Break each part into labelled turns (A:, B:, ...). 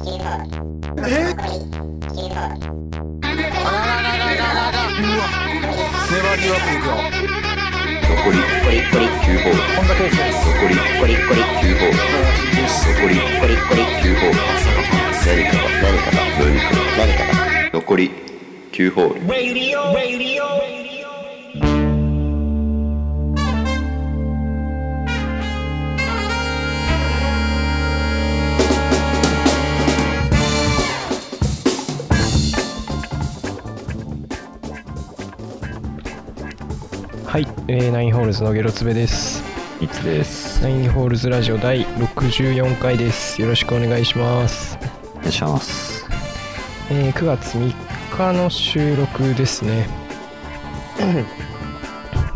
A: えあらららららららうわ粘りよくいくよ
B: 残り9ホール
A: こんだけですね
B: 残り9ホール残り9ホール何かが何かが何かが何かが残り9ホール
C: はい、えー、ナインホールズのゲロツベです。
D: いつです
C: ナインホールズラジオ第64回です。よろしくお願いします。
D: お願いします
C: えー、9月3日の収録で すね。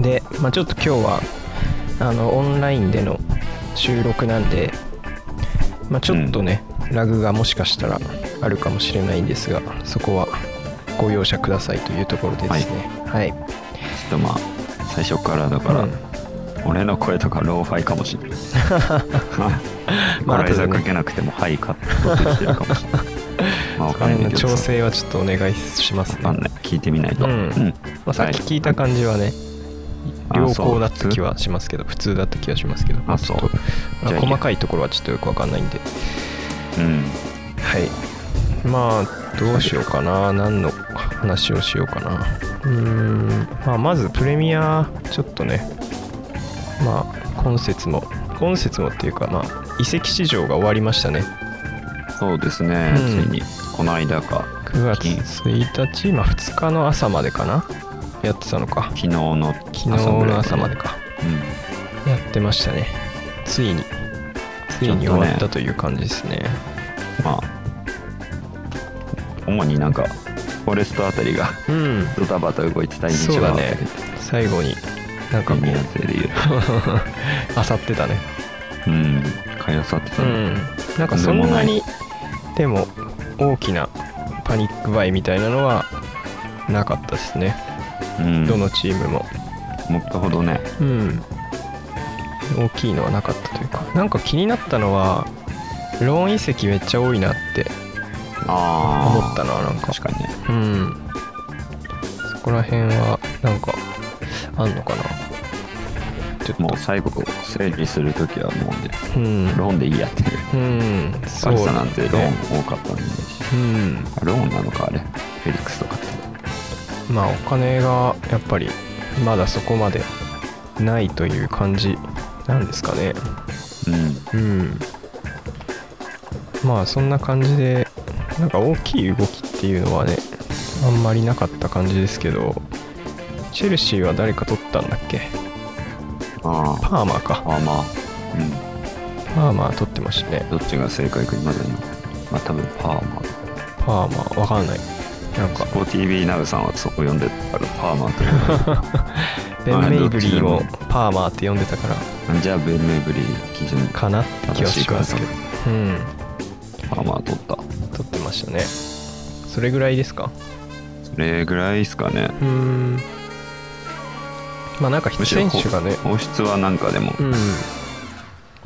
C: で、まあ、ちょっと今日はあのオンラインでの収録なんで、まあ、ちょっとね、ラグがもしかしたらあるかもしれないんですが、そこはご容赦くださいというところでですね。はい。
D: ちょっとまあ最初からだから、
C: うん
D: 俺の声とかローファイかも しれない
C: ま
D: ま
C: あ
D: あ
C: 後でね
D: ライザーかけなくても「はい」カットできてるかもしれないまあわ
C: こ
D: か
C: の
D: ん
C: 辺
D: ない
C: の
D: けど
C: 調整はちょっとお願いします
D: わ
C: ね。
D: かんない聞いてみないと、
C: うんまあ、さっき聞いた感じはね、
D: あ
C: 良好だっ
D: そ
C: た
D: う
C: 気はしますけど、普通だった気はしますけど、
D: あそう
C: ちょっとまあ
D: じゃあいいや
C: 細かいところはちょっとよくわかんないんで、
D: うん
C: はい。まあ、どうしようかな、何の話をしようかな。うーん、まあ、まずプレミア、ちょっとね、まあ、今節も、今節もっていうか、まあ、移籍市場が終わりましたね。
D: そうですね、
C: うん
D: ついにこの間か
C: 9月
D: うん
C: 1日、まあ、2日の朝までかな、やってたのか。
D: 昨日の
C: 昨日
D: 朝ぐらい
C: の朝までか。やってましたねついについに終わったという感じですね
D: うん、まあ主になんかフォレストあたりが
C: うん
D: ドタバタ動いてた印象があったけど
C: 最後になんかこ
D: 組み合
C: う
D: わせで言う
C: あさってたね
D: とうん買いあさってた
C: う
D: ね
C: んなんかそんなにでも大きなパニックバイみたいなのはなかったですね
D: うん
C: どのチームも
D: 思ったほどね
C: うん大きいのはなかったというかなんか気になったのはローン移籍めっちゃ多いなって
D: ああ
C: 思ったななんか
D: 確かにね
C: うんそこら辺はなんかあんのかなちょっ
D: も
C: と
D: う最後整理するときはもうね
C: うん
D: ローンでいいやっていう
C: うんそ
D: バ
C: う
D: ルサなんてロー
C: ね
D: ン多かったんで
C: うん
D: ローンなのかあれフェリックスとかって
C: まあお金がやっぱりまだそこまでないという感じなんですかね
D: うん
C: うんまあそんな感じでなんか大きい動きっていうのはねあんまりなかった感じですけどチェルシーは誰か取ったんだっけ
D: あー
C: パーマーか
D: あーまあ
C: パーマー取ってましたね
D: うんどっちが正解か今だにまあ多分パーマ
C: パーマーわかんないなん
D: ス
C: か
D: ポーティービーナウさんはそこ読んでたからパーマという
C: ベン・メイブリー
D: どっ
C: を
D: ち
C: パーマーって呼んでたから
D: じゃあベン・メイブリー基準
C: かなって気はしますけど
D: 正
C: うん
D: パーマ取った
C: 撮ってましたねそれぐらいですか
D: それぐらいですかね
C: うーんまあなんか
D: むしろ
C: 選手がね
D: 放出はなんかでも
C: うん
D: ま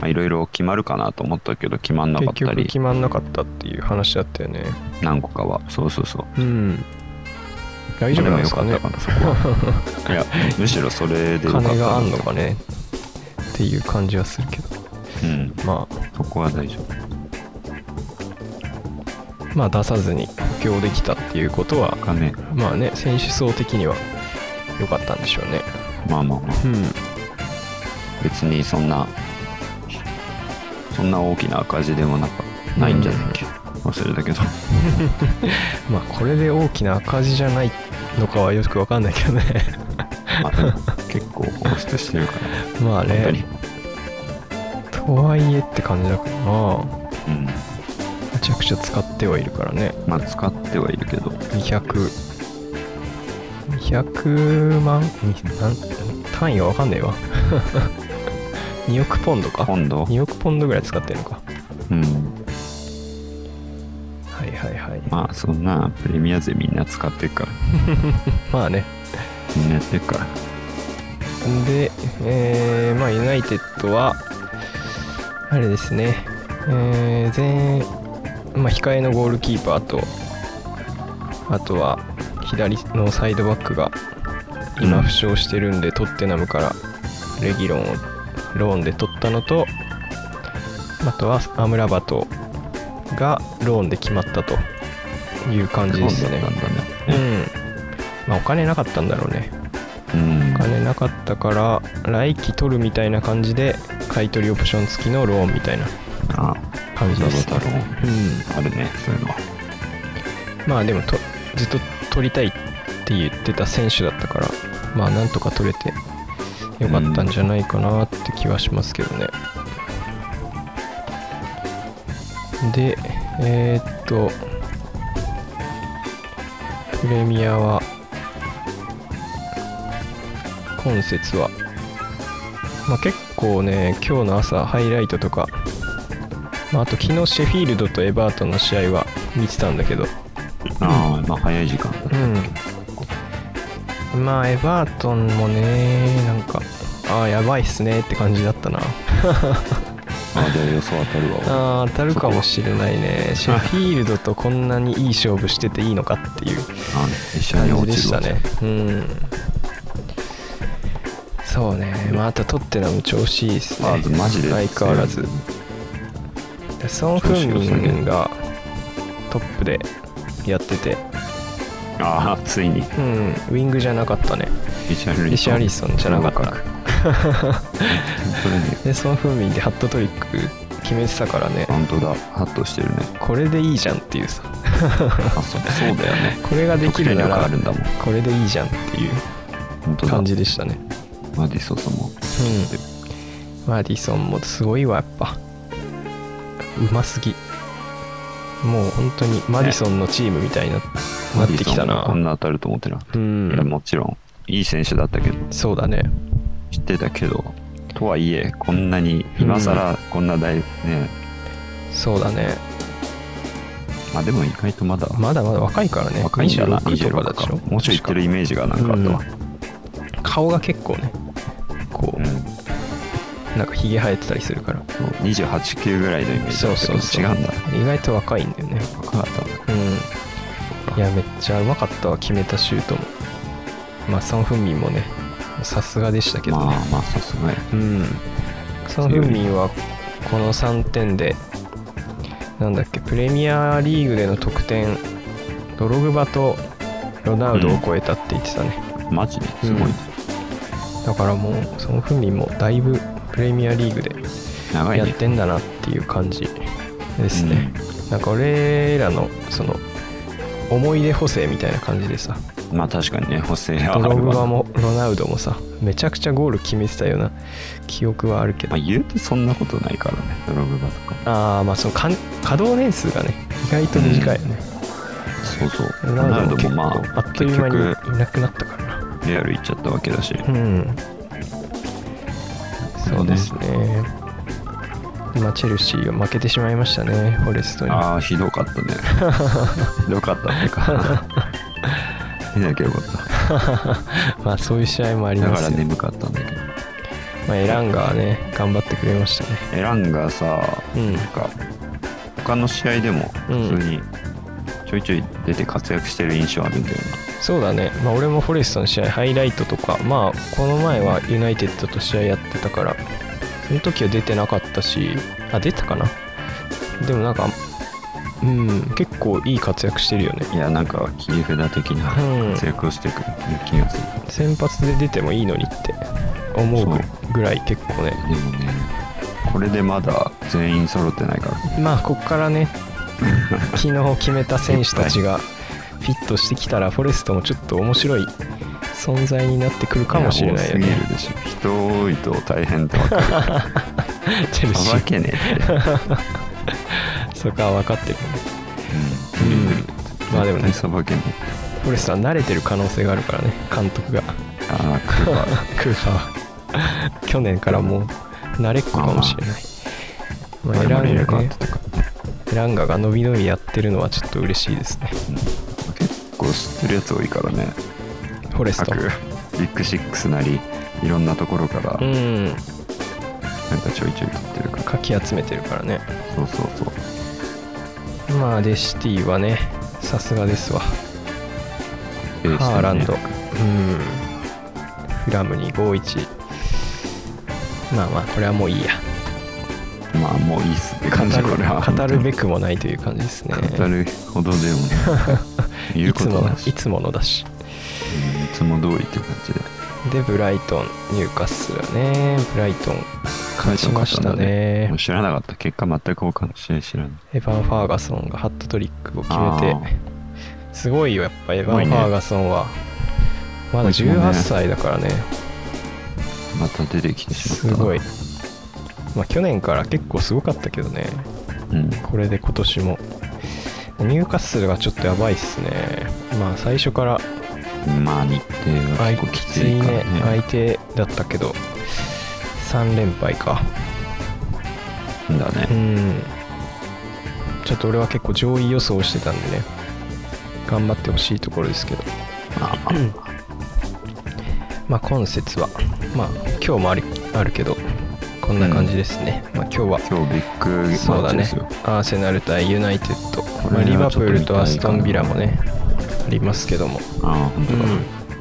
D: あいろいろ決まるかなと思ったけど決まんなか
C: 結
D: った
C: 局
D: り
C: 決まんなかったっていう話だったよね
D: 何個かはそうそうそう
C: うん大丈夫なんですか
D: ま
C: ね
D: あでもよかったかなそこはいやむしろそれでよかった
C: 金があん
D: ん
C: のかねっていう感じはするけど
D: うん
C: ま
D: そこは大丈夫
C: あまあ出さずに補強できたっていうことは
D: 金
C: まあね選手層的には良かったんでしょうね
D: まあまあまあ
C: うん
D: 別にそんなそんな大きな赤字でもなんかないんじゃないっけ忘れたけど
C: まあこれで大きな赤字じゃないのかはよくわかんないけどね
D: まあでも結構放出してるから
C: まあ
D: 本当
C: ね
D: に
C: とはいえって感じだから
D: う
C: な
D: ん
C: めちゃくちゃ使ってはいるからね
D: まあ使ってはいるけど
C: 200200万なん単位がわかんないわ 2億ポンドか
D: 今度
C: 2億ポンドぐらい使ってるのか
D: うん
C: はいはいはい
D: まあそんなプレミア勢みんな使ってるから
C: まあね
D: みんなやってるから
C: で、えーまあ、ユナイテッドは、あれですね、えー、全まあ、控えのゴールキーパーとあとは左のサイドバックが今
D: うん
C: 負傷してるんで、トッテナムからレギロンをローンで取ったのとあとはアムラバトがローンで決まったという感じです
D: そ
C: ね
D: う。なんだ
C: う
D: ね。
C: んまあ、お金なかったんだろうね。
D: うん
C: お。金なかったから来期取るみたいな感じで買い取りオプション付きのローンみたいな
D: あ、
C: 感じ
D: ど
C: で
D: う
C: す、
D: だろう。
C: うん、
D: あるね、そういうのは。
C: まあでもとずっと取りたいって言ってた選手だったからまあなんとか取れてよかったんじゃないかなって気はしますけどね、でえーっとプレミアは今節はまあ結構ね今日の朝ハイライトとか、まあ、あと昨日シェフィールドとエバートンの試合は見てたんだけど
D: ああ、まあ早い時間。
C: うん、まあエバートンもねなんかああやばいっすねって感じだ ったな
D: ああ、じゃあ予想当たるわ。俺
C: あー当たるかもしれないねシェフィールドとこんなにいい勝負してていいのかっていう
D: あ一緒に
C: 感
D: 落
C: じで
D: ち
C: し
D: る
C: た
D: わ。
C: ねうんそうねまああと取ってのも調子いいですね
D: あとマジで。
C: 相変わらずソン・フンミンがトップでやってて、
D: ああ、ついに。
C: うん、ウィングじゃなかったね
D: 石原
C: リシャリソンじゃなかった
D: それね、
C: でソン・フンミンでハットトリック決めてたからね
D: 本当だ。ハッとして るね。
C: これでいいじゃんっていうさ
D: あそうそうだよね。
C: これができるな
D: 得点力あ
C: ら
D: るんだもん。
C: これでいいじゃんっていう
D: 本当だ。
C: 感じでしたね
D: マディソソも。
C: うんマディソンもすごいわやっぱうますぎもう本当にマディソンのチームみたいにななってきた
D: マディソンもこ
C: なん
D: な当たると思ってなかっ
C: う
D: た。いや
C: ん
D: もちろん、いい選手だったけど、
C: そうだね
D: 知ってたけど、とはいえ、こんなに、今更こんな大、ね、
C: そうだね
D: まあでも意外とまだ
C: まだまだ若いからね
D: 若いんだな、
C: 26
D: 26
C: と
D: と
C: か
D: か
C: でしょ
D: もうちょいいってるイメージがなんかあったわ。
C: 確か顔が結構ねこ
D: うん
C: うなんかひげ生えてたりするから
D: そう28級ぐらいのイメージ
C: そ
D: だ
C: う
D: ったけ
C: そ
D: ど
C: うそう
D: 違うんだ。
C: 意外と若いんだよね
D: 分かった。
C: うんいやめっちゃうまかったわ決めたシュートもまあソン・フンミンもねさすがでしたけど
D: ま
C: ね
D: あまあ、さすがや。
C: うんソン・フンミンはこの3点でなんだっけプレミアリーグでの得点ドログバとロナウドを超えたって言ってたね、
D: マジですごいね。
C: だからもうソン・フンミンもだいぶプレミアリーグで
D: 長い
C: やっ
D: ね。
C: てんだなっていう感じですね、なんか俺らのその思い出補正みたいな感じでさ
D: まあ確かにね、補正はある
C: ド
D: わ
C: ログバもロナウドもさめちゃくちゃゴール決めてたような記憶はあるけど
D: まあ、言うてそんなことないからね、ドログバとか。
C: ああまあそのかん稼働年数がね意外と短いよね、
D: そうそう。
C: ロ
D: ロ
C: ナ
D: ナ
C: ウ
D: ウ
C: ド
D: ドも
C: もま
D: ま
C: あ
D: あ、
C: あっという間に
D: 結
C: いなくなったからな
D: 局、レアル行っちゃったわけだし。
C: うんそうですね
D: ね
C: まあチェルシーが負けてしまいましたねフォレストに
D: ああ、ひどか ったね。ひどかったねか。見なきゃよかった。
C: まあそういう試合もあり
D: だ
C: ま
D: から
C: すよ、
D: 眠かったんだけど。
C: まあ、エランガーね頑張ってくれましたね
D: エランがさ、
C: うん
D: なんか、他の試合でも普通にちょいちょい出て活躍してる印象あるんだよね。
C: そうだね、まあ、俺もフォレストの試合ハイライトとか、まあ、この前はユナイテッドと試合やってたからその時は出てなかったしあ出たかなでもなんかうん結構いい活躍してるよね
D: いや、なんか切り札的な
C: うん
D: 活躍をしてくる気がする。
C: 先発で出てもいいのにって思うぐらい結構ね
D: でもね、これでまだ全員揃ってないから。
C: まあここから ね昨日決めた選手たちがフィットしてきたらフォレストもちょっと面白い存在になってくるかもしれないよ
D: や多
C: ね
D: すぎるでしょ。人多いと大変って わかる。
C: チェルシ
D: さば
C: ー
D: けねえって。
C: そこは分かってるよね
D: うん
C: まあでも
D: 絶
C: ね
D: 対さばけね
C: フォレストは慣れてる可能性があるからね監督が
D: えって。ああ、クーパー。
C: クーパー去年からもう慣れっこかもしれない、 まあ、エラ
D: 誰も入れ
C: ン
D: 替
C: ガ、
D: わっ
C: ね
D: て、たから
C: エランガが伸び伸びやってるのはちょっと嬉しいですね
D: 結構知ってるやつ多いからね。
C: フォレスト
D: 各、ビッグシックスなり、いろんなところから、
C: うん
D: なんかちょいちょい撮ってるから。
C: かき集めてるからね
D: そうそうそうそう。
C: まあ、で、シティはね、さすがですわ。
D: ベースだね
C: ハーランド、うん、フラムに5-1。まあまあ、これはもういいや。
D: まあもういいっすって感じ
C: 語
D: これは。
C: る 語るべくもないという感じですね。
D: 語るほどでも ない言う
C: い
D: こ
C: つ
D: と
C: もの
D: だし
C: いつものだし。
D: うんいつも通りっていう感じで
C: で、ブライトン、ニューカッスルはね、ブライトン、勝ちましたね
D: もう。知らなかった結果全く他の試合知らない
C: エヴァン・ファーガソンがハットトリックを決め
D: あ
C: て、すごいよ、やっぱエヴァン・ファーガソンは。まだ
D: こいつもね
C: 18歳だからね、
D: また出てきてしまった
C: す
D: な
C: ごい。まあ、去年から結構すごかったけどね、
D: うん
C: これで今年も。ニューカッスルがちょっとやばいっすね。まあ、最初から
D: まあ日程が
C: 相
D: 結構きついからね
C: 相手だったけど、3連敗か。
D: だ
C: う
D: ね
C: ん。ちょっと俺は結構上位予想してたんでね、頑張ってほしいところですけど。
D: まあ
C: まあ、今節は、まあ、今日もあるあるけど、こんな感じですね。まあ、今日は、
D: 今日ビッグマ
C: そう
D: ッ
C: だ
D: チで
C: ね
D: すよ、
C: アーセナル対ユナイテッド、
D: これ
C: まあ、
D: は
C: リバプールとアストンビラ
D: ちょ
C: も
D: っと見たい
C: ね、ありますけども。
D: ああ本当だ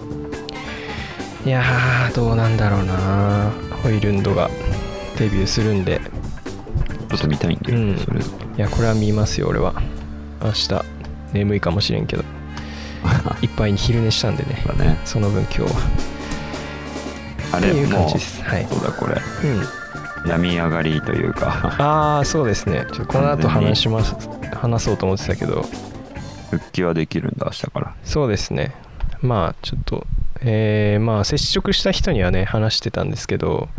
C: いやー、どうなんだろうな、ホイルンドがデビューするんで、
D: ちょっと見たいんで
C: うん
D: それ ぞ
C: いや、これは見ますよ、俺は。明日、眠いかもしれんけど、いっぱいに昼寝したんでね、
D: れだね
C: その分今日は。
D: あれ
C: っていう
D: も
C: 感
D: う
C: じですはい
D: そうだこれ
C: うん
D: 病み上がりというか
C: ああそうですねちょっとこの後話します話そうと思ってたけど
D: 復帰はできるんだ明日から
C: そうですねまあちょっとえーまあ接触した人にはね話してたんですけど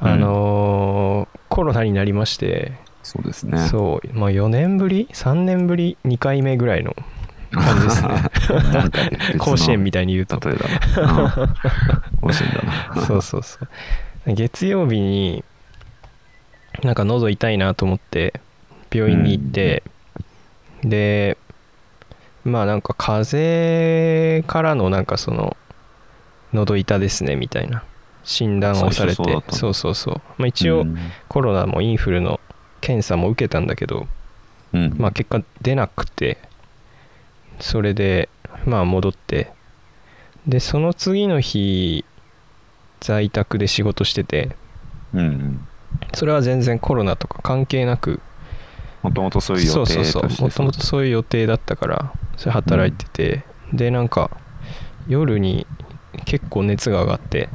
C: あのーコロナになりまして、
D: そうですね
C: そう、まあ、4年ぶり3年ぶり2回目ぐらいの感じですね
D: なんか別の
C: 甲子園みたいに言うと
D: 例えだな。うん甲子園 だな。
C: そうそうそう月曜日になんか喉痛いなと思って病院に行って、でまあなんか風邪からのなんかその喉痛ですねみたいな診断をさ
D: 最初
C: れて
D: そうだったの
C: そうそうそうまあ、一応
D: うん
C: コロナもインフルの検査も受けたんだけど、
D: うん
C: まあ、結果出なくてそれでまあ戻ってでその次の日在宅で仕事してて
D: うん。
C: それは全然コロナとか関係なく
D: もともとそういう
C: そ
D: 予
C: う
D: 定
C: そ
D: と
C: う
D: して
C: そうもともとそういう予定だったからそれ働いてて、でなんか夜に結構熱が上がって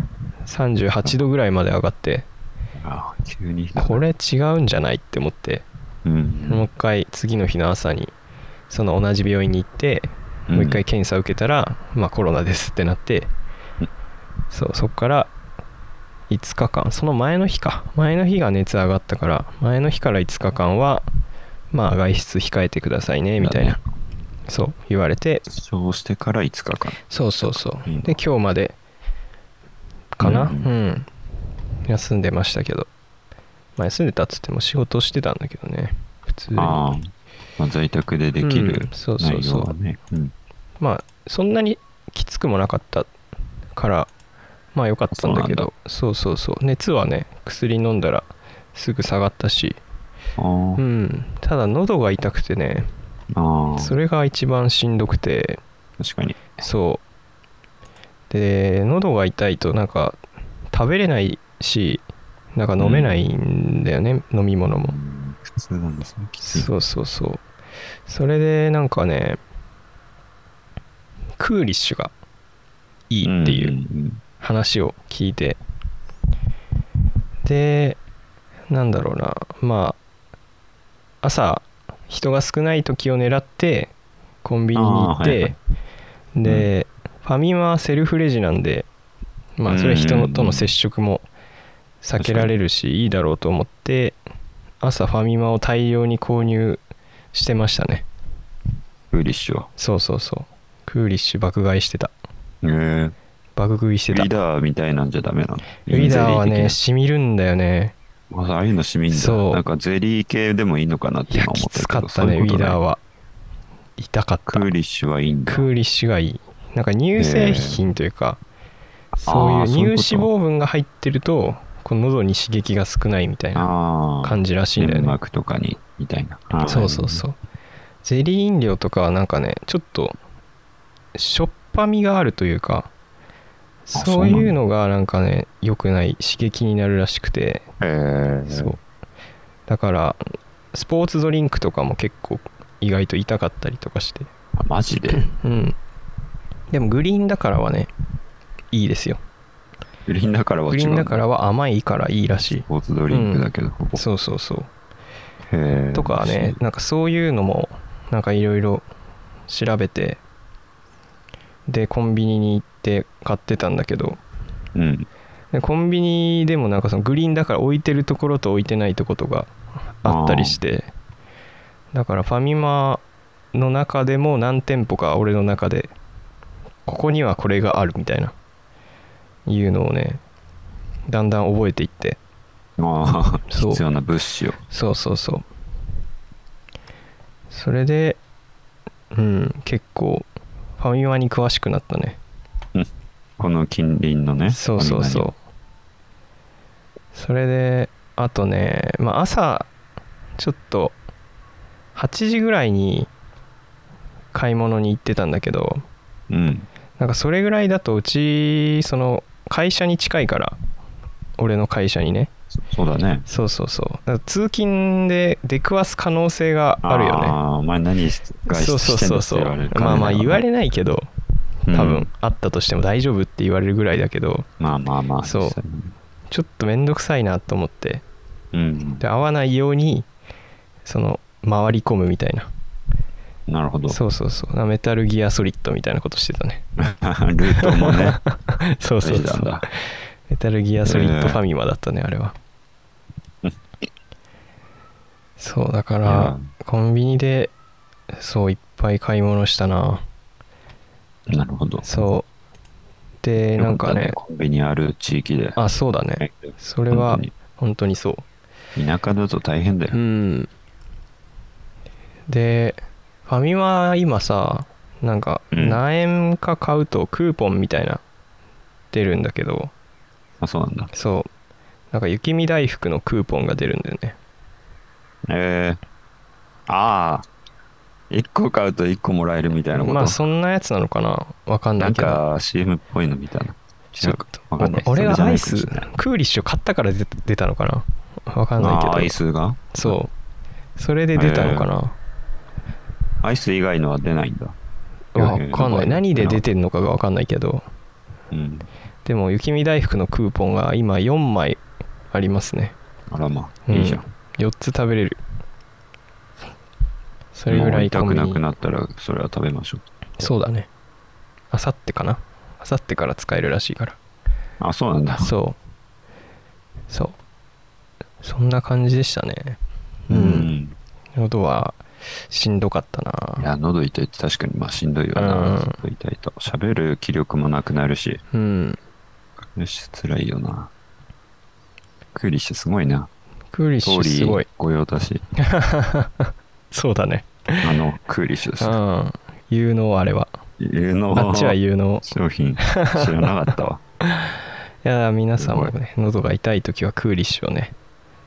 C: 38度ぐらいまで上がって
D: ああ急に。
C: これ違うんじゃないって思って
D: うん。
C: もう一回次の日の朝にその同じ病院に行って
D: うん
C: もう一回検査受けたら、まあ、コロナですってなって
D: うん
C: そうそっから5日間その前の日か前の日が熱上がったから前の日から5日間はまあ外出控えてくださいねみたいな、
D: だね
C: そう言われて
D: そうしてから5日間。
C: そうそうそう
D: いいな
C: で今日までかなう
D: うんん、
C: 休んでましたけど、まあ、休んでたっつっても仕事してたんだけどね普通に
D: ああ。まあ在宅ででき
C: う
D: る
C: んそうそう
D: 内
C: そう
D: 容はね。うん
C: まあそんなにきつくもなかったからまあ良かったんだけどそうそうそう熱はね薬飲んだらすぐ下がったし
D: あ
C: う
D: あ
C: んただ喉が痛くてね
D: ああ。
C: それが一番しんどくて
D: 確かに。
C: そうで喉が痛いとなんか食べれないしなんか飲めないんだよね、飲み物も
D: うん普通なんですね。きつい。
C: そうそうそうそれでなんかねクーリッシュがいいっていう、
D: ん
C: 話を聞いてでなんだろうなまあ朝人が少ない時を狙ってコンビニに行って、
D: あーはいはい
C: で、ファミマはセルフレジなんでまあそれは人のとの接触も避けられるしいいだろうと思って朝ファミマを大量に購入してましたね
D: クーリッシュは。
C: そうそうそうクーリッシュ爆買いしてた
D: え
C: 爆食いし
D: え。
C: てた
D: リーダーみたいなんじゃダメなの
C: ウイダーは
D: ゼリー的
C: ね、
D: な
C: 染みるんだよね。
D: まあ、ああいうの市民だ
C: そう
D: なんかゼリー系でもいいのかなっ
C: い
D: て
C: や、
D: 今思
C: き
D: った
C: つ
D: け
C: か
D: ど
C: ったね、ウ
D: そういう
C: ィ
D: こ
C: ー
D: と
C: ダー
D: ね
C: は。痛かった。
D: ク
C: ク
D: ー
C: ー
D: リッシュはいいんだ
C: リッシュがいい。なんか乳製品というか、
D: え
C: そう
D: あー
C: い
D: そうういう
C: 乳脂
D: こと
C: 肪分が入ってると、この喉に刺激が少ないみたいな
D: ああ
C: 感じらしいんだよ
D: 粘
C: ね
D: 膜とかにみたいな
C: そうそうそうゼリー飲料とかはなんかねちょっとしょっぱみがあるというかそういうのがなんかね良くない刺激になるらしくて
D: うえー、
C: そうだからスポーツドリンクとかも結構意外と痛かったりとかして
D: あマジ で
C: うんでもグリーンだからはねいいですよ
D: グリーンだからは
C: グリ
D: 違う
C: ーン
D: ん
C: だからは甘いからいいらし
D: スポーツドリンクだけど、こ
C: い
D: こ
C: そうそうそう
D: へー
C: とかねなんかそういうのもなんかいろいろ調べてでコンビニに行って買ってたんだけど
D: うん
C: でコンビニでもなんかそのグリーンだから置いてるところと置いてないところがあったりしてだからファミマの中でも何店舗か俺の中でここにはこれがあるみたいないうのをねだんだん覚えていって
D: まあ
C: そう
D: 必要な物資を
C: そうそうそうそれでうん結構ファミマに詳しくなったね
D: この近隣のね
C: そうそうそうそれであとねまあ朝ちょっと8時ぐらいに買い物に行ってたんだけど
D: ううん
C: なんかそれぐらいだとうちその会社に近いから俺の会社にね
D: そそうだね
C: そうそうそうだから通勤で出くわす可能性があるよね
D: ああお前何し外
C: そ
D: 出
C: うそう
D: してん
C: そ
D: だ
C: う
D: って言われる
C: そうまあまあ言われ
D: る
C: ないけど多分、あったとしても大丈夫って言われるぐらいだけど
D: まあまあまあ
C: そう
D: 実際に
C: ちょっと面倒くさいなと思って
D: うん
C: で会わないようにその回り込むみたいな
D: なるほど
C: そうそうそうメタルギアソリッドみたいなことしてたね
D: ルートもね
C: そうそう
D: 大事
C: そ
D: なん
C: う
D: だ
C: メタルギアソリッド
D: ええ
C: ファミマだったね、あれ は
D: うん
C: そうだからコンビニでそういっぱい買い物したな
D: なるほど
C: そうでなんかね
D: よったコンビニある地域で
C: あそうだねそれは
D: 本当に
C: 本当にそう
D: 田舎だと大変だ
C: う
D: よ
C: んでファミマ今さなんか
D: うん
C: 何円か買うとクーポンみたいな出るんだけど
D: あそうなんだ
C: そうなんか雪見大福のクーポンが出るんだよね
D: えー、ああ1個買うと1個もらえるみたいなこと
C: まあそんなやつなのかなわかんな
D: なん
C: いけど
D: か CM っぽいのみたいな
C: ちょっと
D: わかんない
C: 俺
D: それじ
C: が
D: ゃ
C: ア
D: ない
C: イ
D: かも
C: ス
D: しれない
C: クーリッシュを買ったから出出たのかなわかんない
D: ああア
C: け
D: イ
C: ど
D: スが
C: そうそれで出たのかな、
D: アイス以外のは出ないんだ
C: わかんない何で出
D: て
C: てるのかがわかんないけど
D: うん
C: でも雪見大福のクーポンが今4枚ありますね
D: あらまあ
C: うん
D: いいじゃん、
C: 4つ食べれるそれぐらい
D: 痛
C: コン
D: く
C: ビ
D: な
C: ニ
D: くなったらそれは食べましょう
C: そうだねあさってかなあさってから使えるらしいから
D: あそうなんだ
C: そうそうそんな感じでしたねう
D: うんん、
C: 喉はしんどかった
D: い
C: な
D: や喉痛いって確かにまあしんどいよ
C: うん
D: な喉痛いと喋る気力もなくなるし
C: うん
D: よし辛いよなクーリッシュすごいな
C: クーリッ
D: 通
C: シュ
D: り
C: すごい
D: 御用達
C: そうだね
D: あのクーリッシュで
C: う
D: すね
C: ん有能あれは
D: 有能
C: あっちは有能
D: 商品知らなかったわ
C: いやー皆さんも
D: す
C: ね喉が痛い時はクーリッシュをね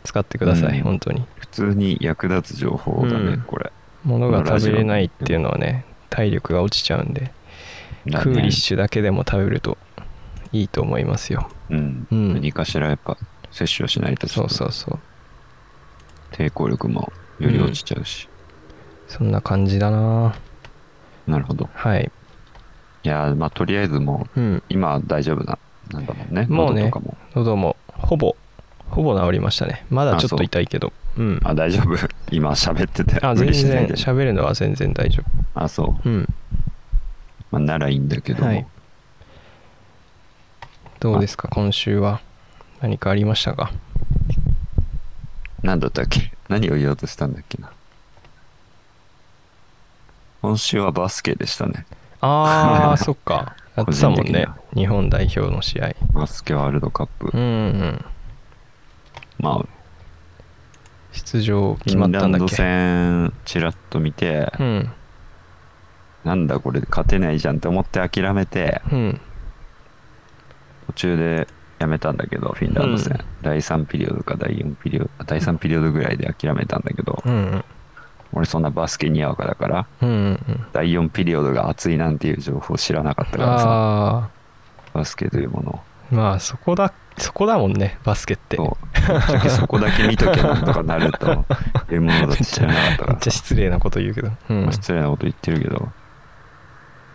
C: 使ってください、
D: うん
C: 本当に
D: 普通に役立つ情報だね、
C: うん
D: これ
C: 物が食べれないっていうのはね体力が落ちちゃうんでクーリッシュだけでも食べるといいと思いますよ
D: ュ、うん
C: うん
D: 何かしらやっぱ摂取をしないとち
C: そ
D: ょ
C: う
D: っ
C: そ
D: と
C: うそう
D: 抵抗力もより落ちちゃうし、
C: そんな感じだな
D: なるほど
C: はい
D: いやーまあとりあえずもう
C: うん
D: 今は大丈夫ななんだもんね
C: もうね
D: 喉とかも
C: 喉もほぼほぼ治りましたねまだちょっ
D: あ
C: と
D: そう
C: 痛いけどうん
D: あ大丈夫 今喋ってて
C: あ
D: 無
C: 全
D: 理しな
C: 然
D: いで
C: 喋るのは全然大丈
D: あそう、
C: 夫うん
D: まあ、ならいいんだけども、
C: はいどうですか今週は何かありましたか
D: なんだったっけ何を言おうとしたんだっけな今週はバスケでしたね
C: あ ーそっかやってたも
D: 個
C: ん
D: 人的
C: ね
D: な
C: 日本代表の試合
D: バスケワールドカップ、
C: うんうん
D: まあ
C: 出場
D: フ
C: 決
D: ィ
C: まっ
D: ンラ
C: たん
D: ン
C: だ
D: ド
C: っけ
D: 戦ちらっと見て、
C: うん
D: なんだこれ勝てないじゃんって思って諦めて
C: うん
D: 途中でやめたんだけど、フィンランド戦。
C: うん
D: 第3ピリオドか第4ピリオド、第3ピリオドぐらいで諦めたんだけど、
C: うん
D: 俺そんなバスケにわかだから、
C: うんうんうん
D: 第4ピリオドが熱いなんていう情報知らなかったからさ、
C: あ
D: バスケというものを。
C: あまあそこだそこだもんねバスケって
D: そうぶっちゃけそこだけ見ときゃなんとかなるというものだって知らなかったか
C: めっ
D: ら
C: ちゃ失礼なこと言うけど、 うん
D: まあ失礼なこと言ってるけど、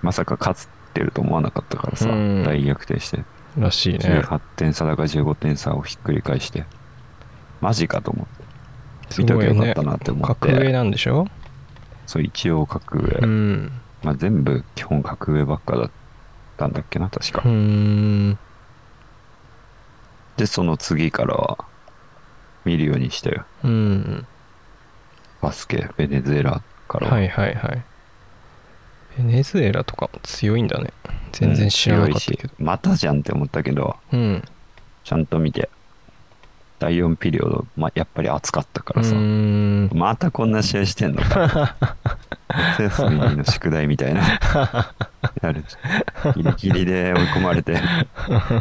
D: まさか勝ってると思わなかったからさ、
C: うん
D: 大逆転して、
C: らしいね
D: 18点差だか15点差をひっくり返して、マジかと思って、
C: す
D: 見と
C: ご
D: きゃ
C: い
D: よかっ
C: ね
D: たなって思っ
C: 格
D: て、
C: 上なんでしょ
D: そう一応格上、
C: うん
D: まあ、全部基本格上ばっかだったんだっけな、確か。
C: うん
D: で、その次からは見るようにしたよ。
C: うん
D: バスケ、ベネズエラからは。
C: はいはいはいベネズエラとかも強いんだね全然知らなかったけ
D: うん
C: ど
D: 強いしまたじゃんって思ったけど、
C: うん
D: ちゃんと見て、第4ピリオド、まあ、やっぱり暑かったか
C: う
D: らさ、
C: ん
D: またこんな試合してんのか。 夏休みの宿題みたいな。やるギリギリで追い込まれて、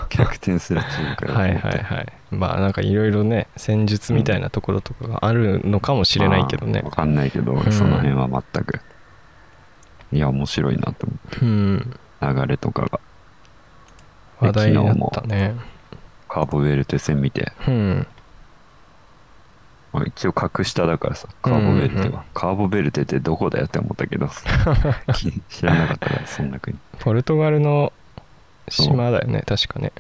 D: 逆転するチームから。
C: はいはいはいまあなんかいろいろね戦術みたいなところとかがあるのかもしれないけどね
D: まあわ、かんないけど、
C: ん
D: その辺は全く。いや、面白いなと思
C: うん
D: う。流れとかが。
C: 話題になったね
D: カーボベルテ戦見て、
C: うん
D: まあ一応格下だからさ、カーボベルテは。
C: うんうん
D: カーボベルテってどこだよって思ったけど、 知らなかったから、そんな国。
C: ポルトガルの島だよね確かね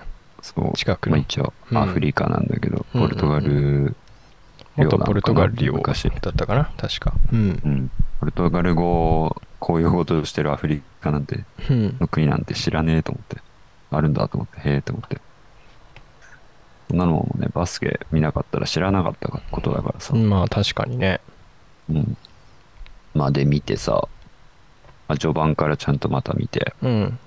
D: そう。
C: 近く
D: まあ、
C: の
D: 一応
C: うん
D: アフリカなんだけど、
C: うん
D: ポルトガル領なのか
C: 元
D: な
C: ポルトガル領だ
D: 昔、
C: ったかな確かうん
D: うん、ポルトガル語を公用語としてるアフリカなんて
C: うん
D: の国なんて知らねえと思ってあるんだと思ってへえと思ってそんなのもねバスケ見なかったら知らなかったことだからさ、
C: まあ確かにね
D: うんまあで見てさ、まあ、序盤からちゃんとまた見て
C: うん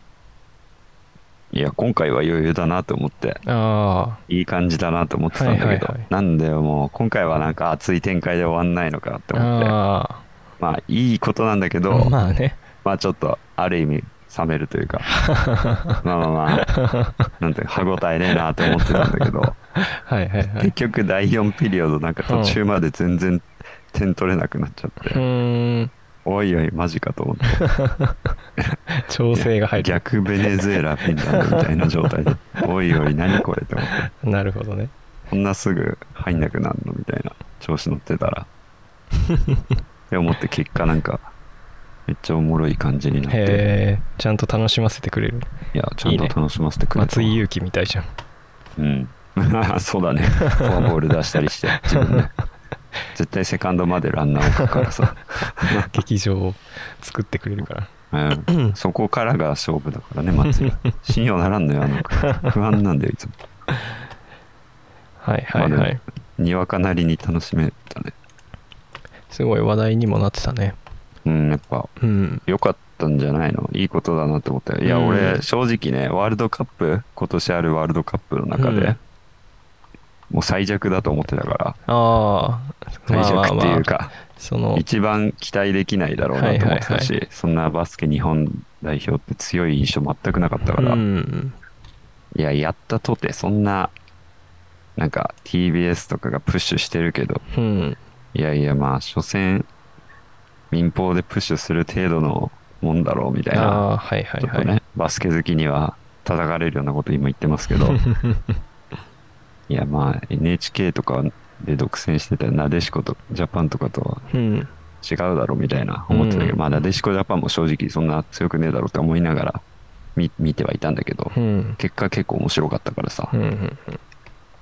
D: いや今回は余裕だなと思って
C: あ
D: いい感じだなと思ってたんだけど、
C: はいはいはい
D: なんだよもう今回はなんか熱い展開で終わんないのかって
C: あ
D: 思って
C: あ
D: まあいいことなんだけど、
C: あまあね
D: まあちょっとある意味冷めるという かまあまあまあなんていうか歯応えねえなと思ってたんだけど、
C: はいはいは
D: 結
C: い
D: 局第4ピリオドなんか途中まで全然点取れなくなっちゃって、
C: うーん
D: おいおいマジかと思って
C: 調整が入る
D: 逆ベネズエラフィンランドみたいな状態 でおいおい何これって思って
C: なるほどね
D: こんなすぐ入んなくなるのみたいな調子乗ってたらって思って結果なんかめっちゃおもろい感じになって
C: へえちゃんと楽しませてくれる
D: いやちゃんと楽しませてくれた
C: 松井裕樹みたいじゃん
D: うん。 そうだね。フォアボール出したりして、自分で。絶対セカンドまでランナーを置くからさ、
C: 劇場を作ってくれるから
D: うん、そこからが勝負だからね、松井は。信用ならんのよ、あの子不安なんだよ、いつも。
C: はいはい
D: まあ
C: は
D: で
C: い
D: もにわかなりに楽しめたね。
C: すごい話題にもなってたね
D: うん、やっぱ
C: うん
D: 良かったんじゃないのいいことだなと思ったよ。いや、
C: うん
D: 俺、正直ね、ワールドカップ、今年あるワールドカップの中で、
C: うん
D: もう最弱だと思ってたから、
C: ああ
D: 最弱っていうか、
C: その
D: 一番期待できないだろうなと思ってたし、そんなバスケ日本代表って強い印象全くなかったから、
C: うん
D: いや、やったとて、そんな、なんか TBS とかがプッシュしてるけど、
C: うん
D: いやいや、まあ、所詮、民放でプッシュする程度のもんだろうみたいな、
C: ああはいはい
D: ちょっ
C: は
D: と
C: い、
D: ね、バスケ好きには叩かれるようなこと今言ってますけ ど、いや、まあ、NHK とかで独占してたなでしことジャパンとかとは
C: うん
D: 違うだろうみたいな思ってたけど、
C: うん
D: まあなでしこジャパンも正直そんな強くねえだろうって思いながら見見てはいたんだけど
C: うん
D: 結果結構面白かったからさ、
C: うんうん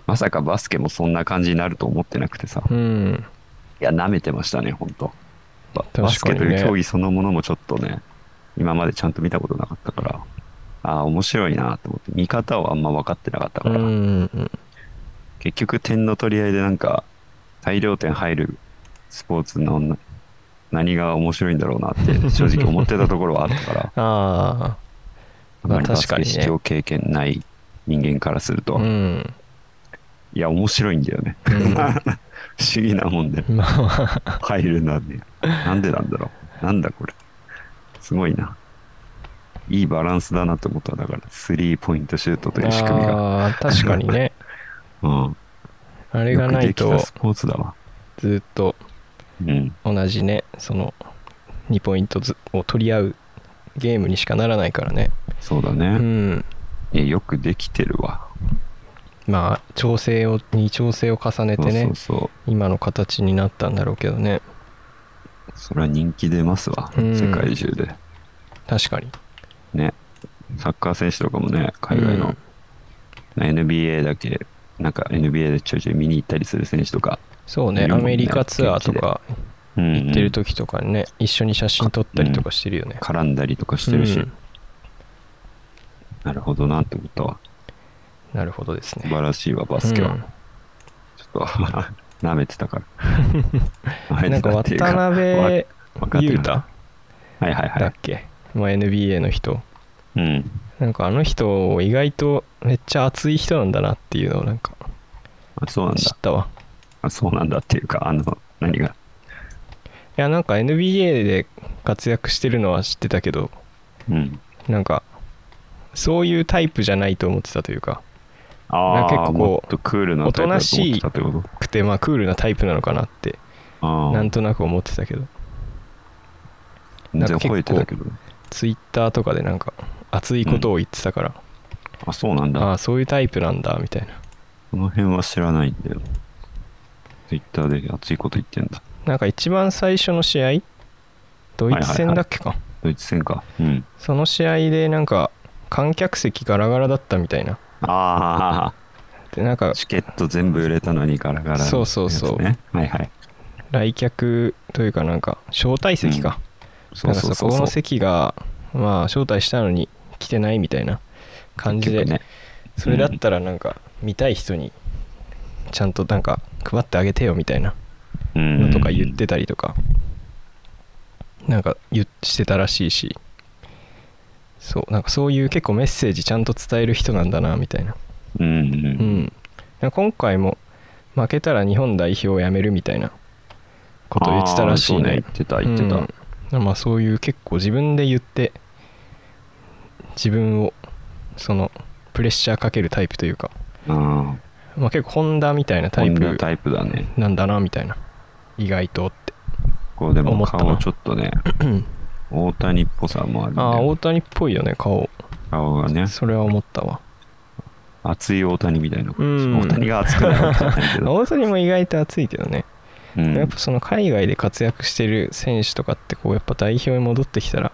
D: まさかバスケもそんな感じになると思ってなくてさ、
C: う
D: い
C: ん
D: や舐めてましたね本当バ
C: かにね
D: バスケという競技そのものもちょっとね今までちゃんと見たことなかったからああ面白いなと思って見方をあんま分かってなかった
C: う
D: から、
C: んうん
D: 結局点の取り合いでなんか大量点入るスポーツのな何が面白いんだろうなって正直思ってたところはあったから
C: あ
D: あんまり
C: ま
D: バ
C: あ
D: ス
C: 確か
D: ケ
C: にね
D: 視聴経験ない人間からすると、
C: あうん
D: いや、面白いんだよね。
C: う ん
D: 不思議なもんで、
C: まあ
D: 入るなんで。なんでなんだろう。なんだこれ。すごいな。いいバランスだなと思っただから、スリーポイントシュートという仕組みが。
C: あー確かに ね。
D: うん。
C: あれがない
D: よく
C: と
D: できたスポーツだわ。
C: ずっと
D: うん。
C: 同じね、その2ポイントずを取り合うゲームにしかならないからね。
D: そうだ
C: う
D: ね。
C: ん。
D: いやよくできてるわ。
C: まあ、調整を、に調整を重ねて
D: そう
C: ね
D: そう、そう。
C: 今の形になったんだろうけどね。
D: それは人気出ますわ。
C: うん
D: 世界中で。
C: 確かに。
D: ね。サッカー選手とかもね、海外の、NBA だけ、なんか NBA でちょいちょい見に行ったりする選手とか。
C: そうね、
D: いる
C: ア
D: もんね
C: メリカツアーとか
D: うんうん、
C: 行ってる時とかにね、一緒に写真撮ったりとかしてるよね。
D: 絡んだりとかしてるし、
C: うん
D: なるほどなって思ったわ。
C: なるほどです
D: 素
C: ね。
D: 晴らしいわ、バスケは。
C: うん
D: ちょっと、舐めてた から。舐め
C: なん
D: て
C: か
D: たっていうか
C: 渡
D: わ
C: 辺
D: 分かって
C: 裕
D: る
C: 太
D: ははいはいは
C: だ
D: い
C: っ。け、まあ、NBA の人。
D: うん。
C: なんかあの人、意外とめっちゃ熱い人なんだなっていうのをなんか
D: あそうなん
C: 知
D: だ
C: っ。たわ。
D: あそうなんだっていうか、あの、何が。
C: いや、なんか NBA で活躍してるのは知ってたけど、
D: うん。
C: なんか、そういうタイプじゃないと思ってたというか、
D: あ
C: 結
D: あ、
C: 構こう
D: もっとクールなタイプだと思ってたってこと
C: くて、まあクールなタイプなのかなって、
D: あ
C: な
D: あ
C: ん、となく思ってたけど、
D: 全然吠えてたけど。
C: ツイッターとかでなんか熱いことを言ってたから、
D: あ、そうなん
C: あ
D: だ。
C: あそういうタイプなんだみたいな
D: この辺は知らないんだよ。ツイッターで熱いこと言ってんだ。
C: なんか一番最初の試合ドイツ戦だっけか、
D: ドイツ戦か。うん。
C: その試合でなんか観客席ガラガラだったみたいな
D: あ
C: でなんか
D: あ、チケット全部売れたのにガラガラ、
C: そうそうそう
D: ね。はいはい。
C: 来客というかなんか招待席か、
D: そう
C: なん
D: そう
C: か
D: そ
C: そうこ
D: そう。
C: の席がまあ招待したのに来てないみたいな感じで、
D: 結局ね
C: それだったらなんか見たい人にちゃんとなんか配ってあげてよみたいな
D: うん
C: のとか言ってたりとか、なんか言っしてたらしいしそうなんかそういう結構メッセージちゃんと伝える人なんだなみたいな
D: うんう
C: うんんなんか今回も負けたら日本代表を辞めるみたいなことを言ってたらしい
D: あーそう
C: ね
D: 言ってた言ってた、
C: うんまあそういう結構自分で言って自分をそのプレッシャーかけるタイプというか、
D: ああ
C: まあ、結構ホンダみたいなタ
D: こ
C: イ
D: んな
C: プ
D: タイプだね
C: なんだなみたいな意外とって
D: こうで
C: 思
D: も
C: ったな
D: 顔ちょっと ね大谷っぽさもある、ね、
C: ああ大谷っぽいよね顔
D: 顔がね
C: それは思ったわ
D: 熱い大谷みたいな、
C: ん
D: 大谷が熱くなるわけじゃないけ ど、
C: 大谷も意外と熱いけどね、
D: うん
C: やっぱその海外で活躍してる選手とかってこうやっぱ代表に戻ってきたら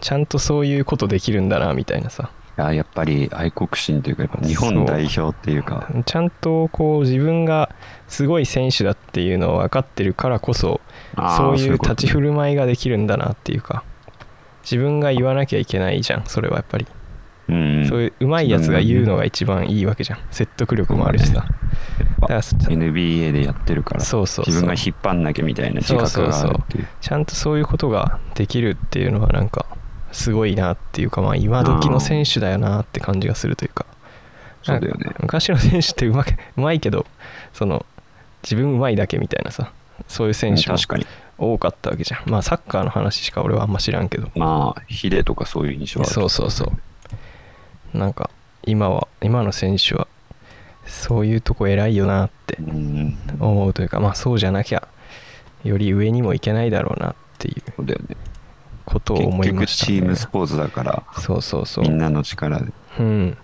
C: ちゃんとそういうことできるんだなみたいなさ
D: いややっぱり愛国心というかやっぱ日本代表っていうか
C: ちゃんとこう自分がすごい選手だっていうのを分かってるからこそ
D: あー
C: そういう
D: こと
C: 立ち振る舞いができるんだなっていうか自分が言わなきゃいけないじゃんそれはやっぱり、
D: うん、
C: そういううまいやつが言うのが一番いいわけじゃん説得力もあるしさだからそ
D: NBA でやってるから
C: そうそうそう
D: 自分が引っ張んなきゃみたいな自覚があるっていう
C: ちゃんとそういうことができるっていうのはなんかすごいなっていうかまあ今時の選手だよなって感じがするというか
D: そうだよね
C: なんか昔の選手ってうまくうまいけどその自分うまいだけみたいなさそういう選手も
D: 確かに
C: 多かったわけじゃんまあサッカーの話しか俺はあんま知らんけど
D: まあヒデとかそういう印象はある
C: そうそうそうなんか今は今の選手はそういうとこ偉いよなって
D: うん
C: 思うというかまあそうじゃなきゃより上にもいけないだろうなっていう
D: そうだよね
C: ことを思いました、
D: 結局
C: ね、
D: チームスポーツだから
C: そうそうそう
D: みんなの力で
C: うん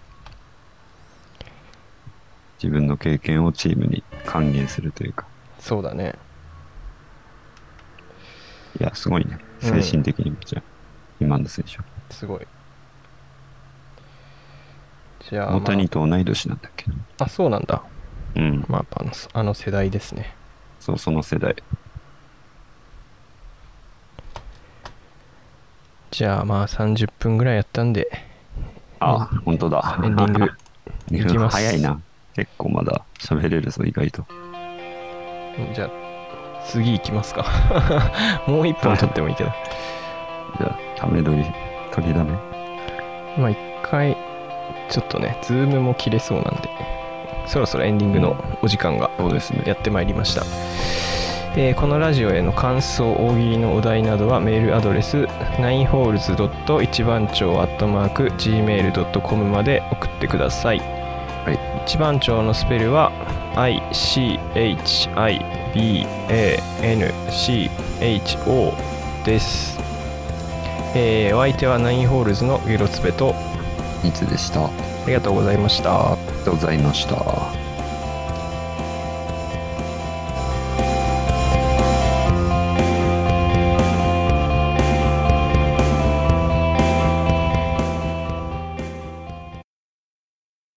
D: 自分の経験をチームに還元するというか
C: そうだね
D: いやすごいね
C: うん
D: 精神的にもじゃあ、今の選手は
C: すごいじゃあ、
D: 大
C: ま
D: 谷と同い年なんだっけ
C: あ、あそうなんだ
D: うん
C: まあやっぱあのあの世代ですね
D: そうその世代
C: じゃあまあ30分ぐらいやった んで
D: あ本当だ
C: エンディング
D: 二
C: いき
D: 分
C: ます
D: 早いな結構まだ喋れるぞ意外と
C: じゃあ次行きますか もう一本取ってもいいけど
D: じゃあため取り取りだめ
C: まあ一回ちょっとねズームも切れそうなんでそろそろエンディングのお時間が
D: そうですね
C: やってまいりました、えーこのラジオへの感想大喜利のお題などはメールアドレス 9holes. 一番町 .gmail.com まで送ってください、
D: はい
C: 一番町のスペルは ICHIBANCHO です、えーお相手はナインホールズのゲロツベと
D: いつでしたあ
C: ありがとうございました
D: りがとうございました